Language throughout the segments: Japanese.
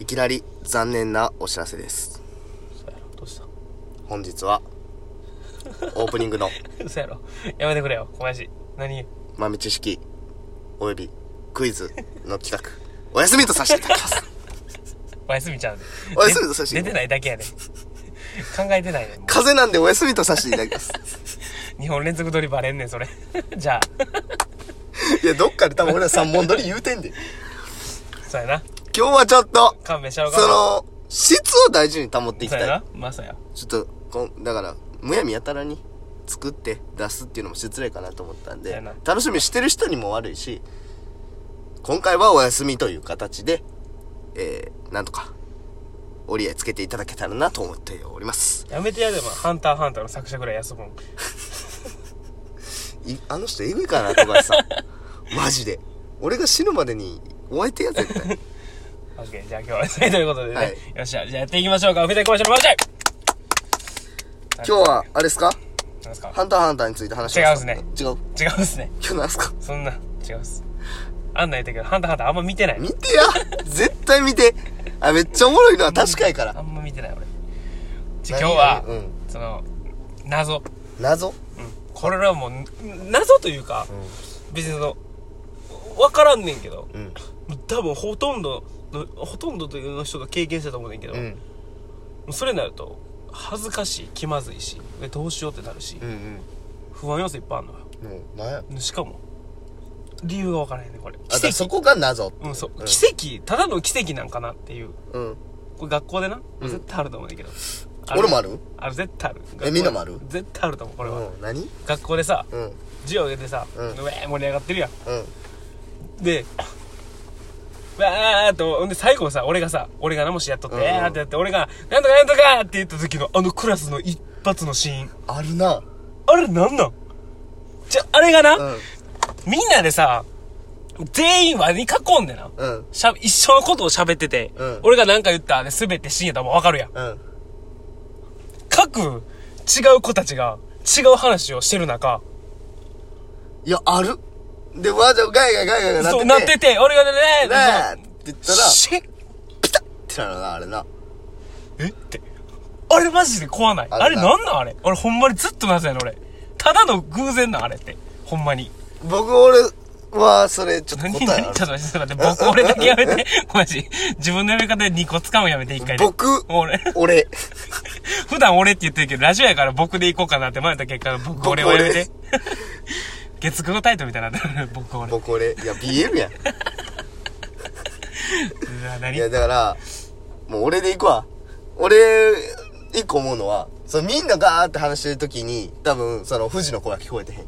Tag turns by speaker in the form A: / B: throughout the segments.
A: いきなり残念なお知らせです
B: そうやろどう した
A: 本日 はオープニングの
B: 嘘やろやめてくれよ小林何
A: 豆知識およびクイズの企画お休みとさせていただき ます
B: おやすみちゃん
A: おやすみとさせて
B: 出てないだけやねん考えてないねんも
A: 風邪なんでお休みとさせていただきます
B: う2本連続撮りバレんねんそれ じゃあ
A: いやどっかで多分俺ら3本撮り言うてんで
B: そうやな
A: 今日はちょっと
B: 勘弁しちゃうか
A: その質を大事に保っていき
B: そう
A: た
B: や
A: い
B: なまあそうや
A: ちょっとこんだからむやみやたらに作って出すっていうのも失礼かなと思ったん
B: そうや
A: で
B: な
A: 楽しみにしてる人にも悪いし今回はお休みという形でえー、なんとか折り合いつけていただけたらなと思っております
B: やめてやでも「ハンターハンター」の作者ぐらい休むん
A: いあの人えぐいからな小林さ んマジで俺が死ぬまでに終えてや絶対
B: オッケーじゃあ今日はお休みということでね、
A: はい
B: よっしゃじゃあやっていきましょうか梅田小林のマルシェ
A: 今日はあれですか
B: 何すか
A: 「ハンターハンター」について話しますか
B: 違うっ
A: 違う
B: 違うんすね
A: 今日なんすか
B: そんな違うっすあんなん言ったけど「ハンターハンター」あんま見てない
A: 見てや絶対見てあめっちゃおもろいのは確かやから
B: あんま見てない俺じゃあ
A: 何
B: 今日は、
A: うん
B: その謎、
A: 謎
B: これはもうん謎というか、別にその分からんねんけど
A: うん
B: 多分ほとんどのほとんどの人が経験したと思うねんけど、
A: う
B: も
A: ん
B: うそれになると恥ずかしい気まずいしでどうしようってなるし、
A: うん
B: 不安要素いっぱいあるのよ
A: うんもうなんや
B: でしかも理由が分からへんねんこれ
A: あだ
B: 奇
A: から
B: 跡
A: そこが謎
B: うん、そう
A: うん
B: 奇跡ただの奇跡なんかなっていう
A: うん
B: これ学校でな、
A: うん
B: 絶対あると思うんだけど
A: 俺もある
B: ある絶対ある
A: えみんなもある
B: 絶対あると思うこれは、
A: うん何
B: 学校でさ
A: うんうん
B: 授業出てさ、
A: う
B: うんえー盛り上がってるやんでわーっとほんで最後さ俺がさ俺がなもしやっとって、
A: うんうん
B: えーってやって俺が「なんとかなんとか!」って言った時のあのクラスの一発のシーン
A: あるな
B: あれなんなんじゃあれがな、
A: うん
B: みんなでさ全員輪に囲んでな
A: うん
B: しゃ一緒のことを喋ってて、
A: うん
B: 俺が何か言ったで滑って死んやったらもう分かるやん
A: うん
B: 各違う子たちが違う話をしてる中
A: いやあるでわざわざガイガイガイガイ
B: そう
A: な
B: な
A: っ
B: って
A: て
B: てて俺がね
A: ねえって言ったら
B: シッ
A: ピタッってなるなあれな
B: えってあれマジで怖ない
A: あれ
B: あれ
A: な
B: なんなんあれ俺ほんまにずっと謎やねん俺ただの偶然なんあれってほんまに
A: 僕俺はそれちょっと
B: 何
A: 答
B: 何
A: えあ
B: ち
A: る
B: ょっと待ってちょっと待って僕俺だけや めてマジ自分のやり方で2個使うのやめて1回で
A: 僕
B: 俺
A: 俺
B: 普段俺って言ってるけどラジオやから僕で行こうかなって迷った結果僕俺をやめて 月9のタイトルみたいになってる僕俺
A: 僕俺いや BL やん
B: うわ
A: い
B: 何
A: やだからもう俺で行くわ俺一個思うのはそのみんなガーって話してる時に多分その富士の声は聞こえてへんね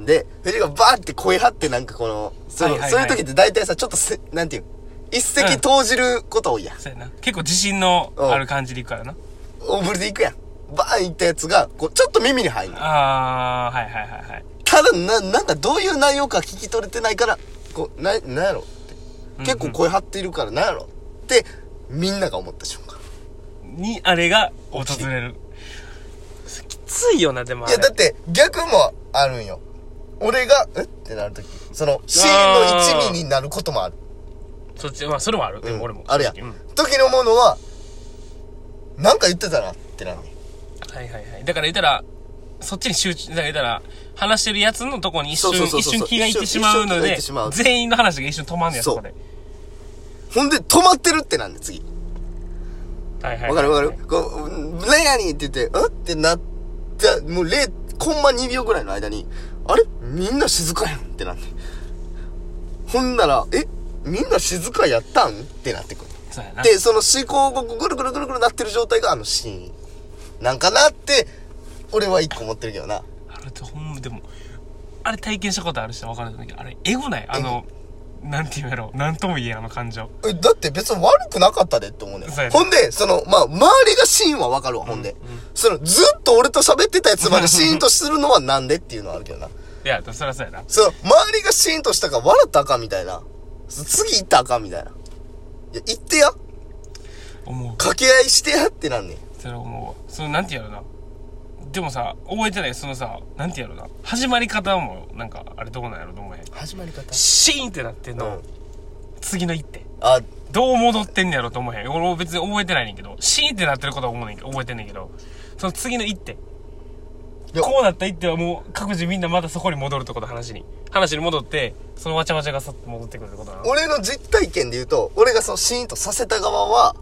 A: んで富士がバーって声張ってなんかこのその、
B: はいはい
A: そう
B: はい
A: いう時って大体さちょっとせなんていうの一石投じること多いやん、
B: そうやな結構自信のある感じでいくからな
A: 大振りで行くやんバーン行ったやつがこうちょっと耳に入る
B: ああはいはいはいはい
A: ただななんかどういう内容か聞き取れてないからこうななんやろって結構声張っているからなんやろってみんなが思った瞬間
B: にあれが訪れるきついよなでもあ
A: い
B: れ
A: や、だって、逆もあるんよ。俺が、えってなるとき、その、シーンの一味になることもある。
B: そっちまあそれもある、で
A: う
B: も
A: ん
B: 俺も
A: あるやん
B: うん、は。
A: 時に思うのは、なんか言ってたなってなんねん
B: いはいはいだから言ったらそっちに集中だから言ったら話してるやつのとこに一瞬
A: そうそうそうそう
B: 一瞬気がいってしまうの
A: 一瞬気がいっ
B: で
A: てしまう
B: 全員の話が一瞬止まんねや
A: そう
B: そこで
A: ほんで、止まってるってなんで、次。
B: はいはい
A: わかるわかるこう、うん何やにって言って、えってなった、もう0、コンマ2秒ぐらいの間に、あれみんな静かやんってなんねんほんなら、えみんな静かやったんってなってくる。
B: そうやな
A: でその思考がぐるぐるぐるぐるなってる状態があのシーンなんかなって俺は一個持ってるけどな
B: あれってほんまでもあれ体験したことある人は分かるんだけどあれエゴないあのなんて言うやろなんとも言えんあの感情
A: えだって別に悪くなかったでって思うねん
B: そうやね
A: ほんでそのまあ周りがシーンはわかるわほんで、そのずっと俺と喋ってたやつまでシーンとするのはなんでっていうのはあるけどない
B: やそりゃそうやな
A: その周りがシーンとしたから笑ったらあかんみたいなそ次行ったらあかんみたいないや行ってや
B: 思う
A: 掛け合いしてやってなんねん
B: それは思うわそのなんてやろなでもさ覚えてないそのさなんてやろな始まり方もなんかあれどうなんやろと思えへん
A: 始まり方
B: シーンってなってんの、
A: うん
B: 次の一手
A: あ
B: どう戻ってんねやろと思うへん。俺別に覚えてないねんけど、シーンってなってることは思うねんけど、覚えてんねんけど、その次の一手。
A: や
B: こうなった一手はもう各自みんなまたそこに戻るってこと話に。話に戻って、そのわちゃわちゃがさっと戻ってくるってことなの。
A: 俺の実体験で言うと、俺がそのシーンとさせた側は、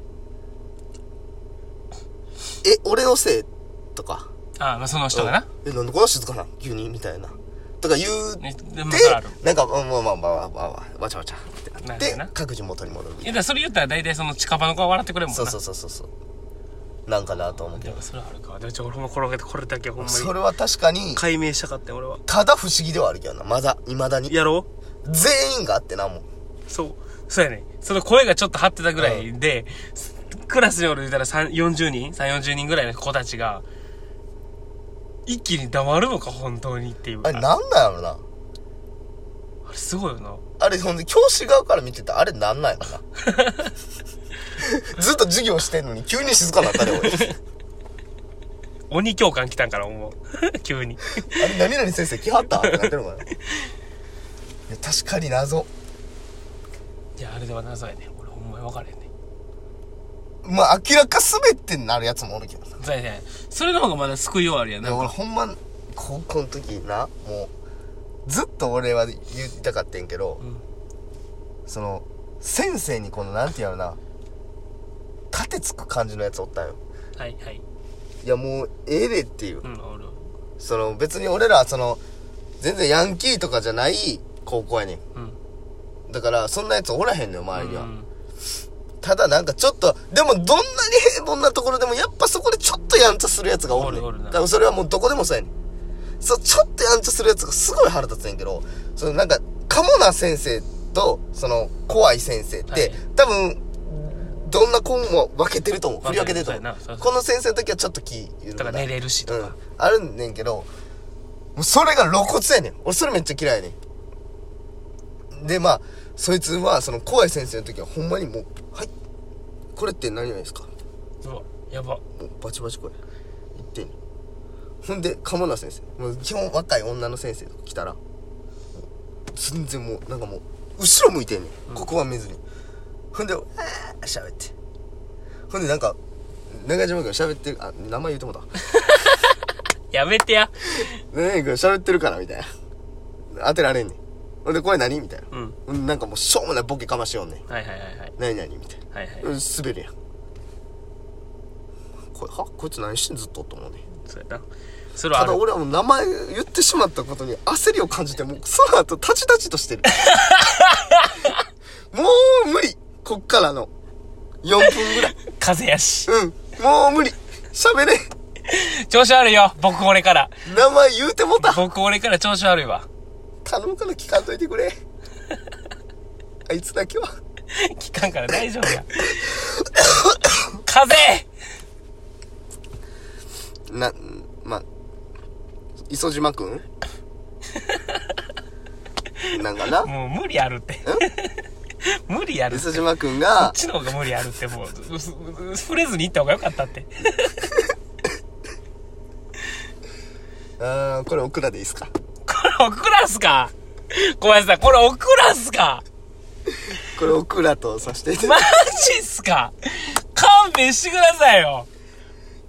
A: え、俺のせいとか。
B: ああ、まあその人がな。
A: うんえ、なんでこの静かな急にみたいな。とか言う
B: ね
A: て、
B: でまたある
A: なんか、まあまあまあまあまあ、わちゃわちゃってなっ
B: なる
A: て
B: ほどな、
A: 各自元に戻るみた
B: い
A: い
B: やだからそれ言ったら大体その近場の子は笑ってくれる
A: な。
B: もん
A: そう
B: な。
A: そうそうそうそう。なんかなと思って
B: で。もそれはあるか。でもちょ、俺も転げて、これだけほんま
A: そ
B: に。
A: れは確かに、
B: 解明したかったよ、俺は。
A: ただ不思議ではあるけどな。まだ、未だに。
B: やろう
A: 全員があってな、もう。
B: そう。そうやね。その声がちょっと張ってたぐらいで、クラスにおる言うたら3 40人 ?3、40人ぐらいの子たちが、一気に黙るのか、本当にっていう。
A: あれ、なんなんやろな。
B: あれすごいよな。
A: あれ、ほんで、教師側から見てたあれなんなんやろな。ずっと授業してんのに、急に静かになったで、俺。
B: 鬼教官来たんから思う。 急に。
A: あれ、何々先生来はったってなってるのかな。いや、確かに謎。
B: いや、あれでは謎やね。俺ほんまに分からへんね。
A: まあ、明らか滑ってなるやつもおるけどな。
B: そうやね。それの方がまだ救いようあるやん
A: で
B: な。
A: も俺、ほんま、高校の時な、もう、ずっと俺は言いたかってんけど、
B: うん
A: その、先生にこの、なんていうのな、盾つく感じのやつおったんよ。
B: はいはい。
A: いや、もう、ええでっていう
B: う。ん、おる。
A: その別に俺らその全然ヤンキーとかじゃない高校やね
B: うん。
A: んだからそんなやつおらへんのよ周りには、
B: うん
A: ただなんかちょっとでもどんなに平凡なところでもやっぱそこでちょっとやんちゃするやつがおるね
B: おるおる
A: ん
B: な
A: 多分それはもうどこでもそうやねんそうちょっとやんちゃするやつがすごい腹立つねんけどそのなんかカモな先生とその怖い先生って、
B: はい
A: 多分どんな子も分けてると思う振り分けてると思
B: 分けてるそうや
A: う
B: な
A: この先生の時はちょっと気緩む
B: だから寝れるしと
A: う
B: か。
A: ん、あるねんけどもうそれが露骨やねん俺それめっちゃ嫌いやねんでまあそいつはその怖い先生の時はほんまにもう「はいこれって何々ですか?」
B: うわ、やば。
A: もうバチバチこれ言ってんねんほんで鴨名先生もう基本若い女の先生とか来たらもう全然もうなんかもう後ろ向いてんねん、ここは見ずにほんであー喋ってほんでなんか中島君喋ってるあ名前言うてもうた
B: やめてや。
A: 何々君喋ってるからみたいな。当てられんねん。ほんで、これ何みたい
B: う
A: な。
B: ん。
A: なんかもうしょうもないボケかましよんねん。
B: はいはいはいはい。
A: 何々みたいな。
B: はいはい。
A: うん滑るやん。これ、はこいつ何してんずっとと思うねん。
B: そうやな。それはあ
A: た
B: る
A: だ。俺はもう名前言ってしまったことに焦りを感じて、もうその後立ち立ちとして る。もう無理こっからの4分ぐらい。
B: 風やし。
A: うん。もう無理喋れん
B: 調子悪いよ。僕俺から。
A: 名前言うてもうた
B: 僕俺から調子悪いわ。
A: 頼むから聞かんといて くれ。あいつだけは。
B: 聞かんから大丈夫や。風邪
A: な、まあ、磯島く んなんかな
B: もう無理あるって。無理ある。こ
A: 磯島くんが
B: っ、ちの方が無理あるって、もう、うすうす触れずに行った方がよかったって。
A: あーこれオクラでいいっすか
B: これ送らんすか小林さん、これ送らんすか
A: これオクラとさせていただ
B: マジっすか勘弁してくださいよ。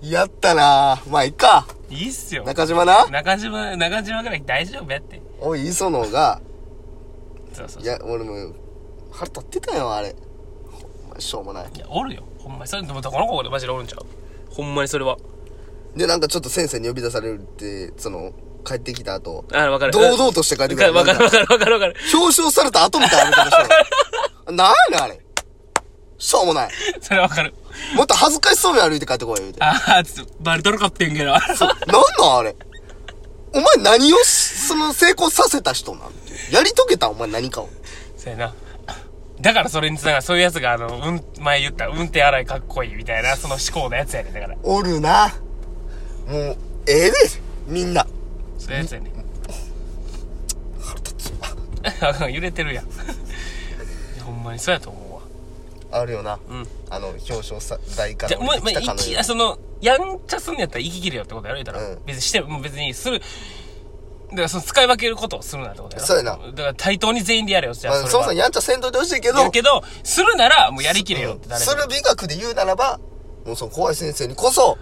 A: やったなーまあ、いっか。
B: いいっすよ。
A: 中島な
B: 中島、中島ぐらい大丈夫やって。
A: おい、磯野が、
B: そうそうそう
A: いや、俺も、腹立ってたよ、あれ。ほんましょうもない。
B: いや、おるよ。ほんまに。それ、でも、どこの子でマジでおるんちゃうほんまにそれは。
A: で、なんかちょっと先生に呼び出されるって、その、帰ってきた後、
B: あ、わかる。
A: 堂々として帰ってくる。
B: わかるわかるわかるわかる。
A: 表彰された後みたいな歩き方してる。なんやねん、あれ。しょうもない。
B: それわかる。
A: もっと恥ずかしそうに歩いて帰ってこいよ、言うて。
B: ああ、ちょっとバレとるかってんけど。
A: そうなんなんあれ。お前何をし、その成功させた人なんていう。やり遂げたお前何かを。
B: そうやな。だからそれにつながる、そういうやつが、あの、うん、前言った、運転荒いかっこいいみたいな、その思考のやつやねん。だから、
A: おるな。もう、ええで、みんな。
B: そういうやつやねん。
A: 腹立つわ
B: あかん 揺れてるやん。いやほんまにそうやと思うわ。
A: あるよな。
B: ん
A: あの、表彰さ、台か
B: じ
A: ら
B: ゃあ、もう、
A: 降
B: ま
A: りてきた
B: あ、
A: か
B: い
A: のように
B: き、あその、やんちゃすんのやったら生き切るよってことやろ言うたら。
A: うん
B: 別にして、もう別にする、だからその使い分けることをするなってことやろ
A: そうやな
B: だから対等に全員でやれよ。じゃ
A: ま
B: あ
A: あ、
B: それは。
A: そもそもやんちゃせんといてほしいけど、
B: やけど、するならもうやりきれよって
A: うん
B: 誰
A: す
B: か
A: る美学で言うならば、もうその怖い先生にこそ、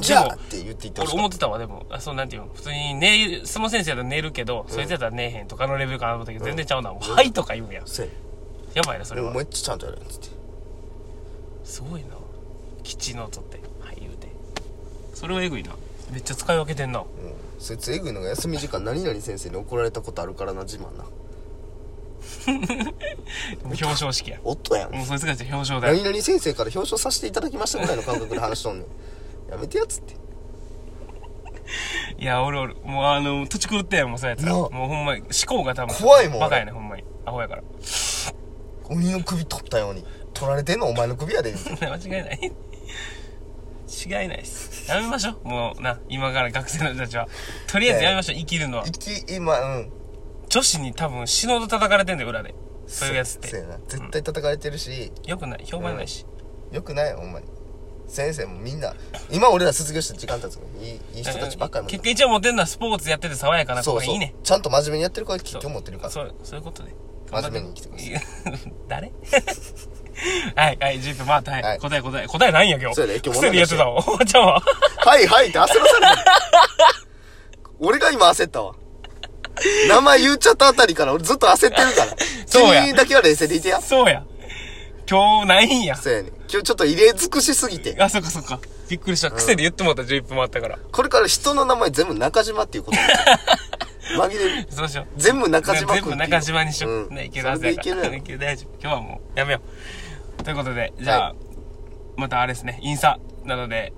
A: じゃあって言っていってほ
B: 俺
A: しい
B: 思ってたわ、でも。あ、そうなんていうの普通に寝る、その先生だと寝るけど、そいつやったら寝えへんとかのレベルかなと思ったけど、全然ちゃうな。もうはいとか言うんや。
A: せや
B: やばいな、そ
A: で
B: れ
A: も
B: は
A: め。っちゃちゃんとやるんつって。
B: すごいな。キチノートって。はい、言うて。それはエグいな。めっちゃ使い分けてんな。
A: うん。そいつえぐいのが休み時間何々先生に怒られたことあるからな、自慢な。
B: 表彰式や。
A: おっとやん。
B: もうそいつがじゃ表彰だよ。
A: 何々先生から表彰させていただきましたぐらいの感覚で話しとんね ん。やめてやっつって。
B: いや、俺、俺、もうあの、土地狂ってんやもうそうやつ
A: な
B: ら。
A: あ
B: もうほんまに、思考が多分。
A: 怖いもん
B: バカやね、ほんまに。アホやから。
A: 鬼の首取ったように。取られてんのお前の首やで。言うて
B: 間違いない違いないですやめましょうもうな今から学生の人たちはとりあえずやめましょう、生きるのは
A: 生き、今、うん。
B: 女子に多分死のうと叩かれてんだよ裏でそういうやつっ
A: せ
B: て
A: やな。絶対叩かれてるし、
B: よくない評判ないし、
A: よくないよ、ほんまに。先生もみんな、今俺ら卒業して時間経つのにいい、いい人たちばっかり
B: う
A: なん
B: ん
A: だ
B: 結果一応モテるのはスポーツやってて爽やかな子
A: そう
B: がい
A: そう
B: いね
A: ちゃんと真面目にやってる子はきっと思ってるから
B: そうそういうことね
A: 真面目に生きてください
B: 誰はいはい10分回ったはい、
A: はい
B: 答え答え答えないんや今日
A: そうやね今日
B: 癖でやってたわ おばちゃんは
A: はいはいって焦らさ れてる俺が今焦ったわ名前言っちゃったあたりから俺ずっと焦ってるから
B: そうや
A: 君だけは冷静でいてや
B: そうや今日ないんや
A: そうやね今日ちょっと入れ尽くしすぎて
B: あ、そっかそっか。びっくりした。癖で言ってもらった11分もあったから。
A: これから人の名前全部中島っていう ことになる紛れる
B: そうしよう。
A: 全部中島君
B: 全部中島にしよう。
A: うん
B: ね、いけるは
A: そ
B: ず
A: れで
B: や
A: い
B: か
A: ける
B: ら。
A: や
B: い
A: ろ
B: ける大丈夫。今日はもう、やめよう。ということで、じゃあ、
A: は
B: またあれですね、インスタなどで、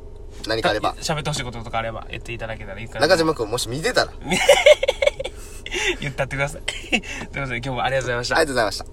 A: 何かあれば
B: 喋ってほしいこととかあれば、言っていただけたらいいかな。
A: 中島君もし見てたらあり
B: 言ったってください。ということで、今日もありがとうございました
A: が。とうございました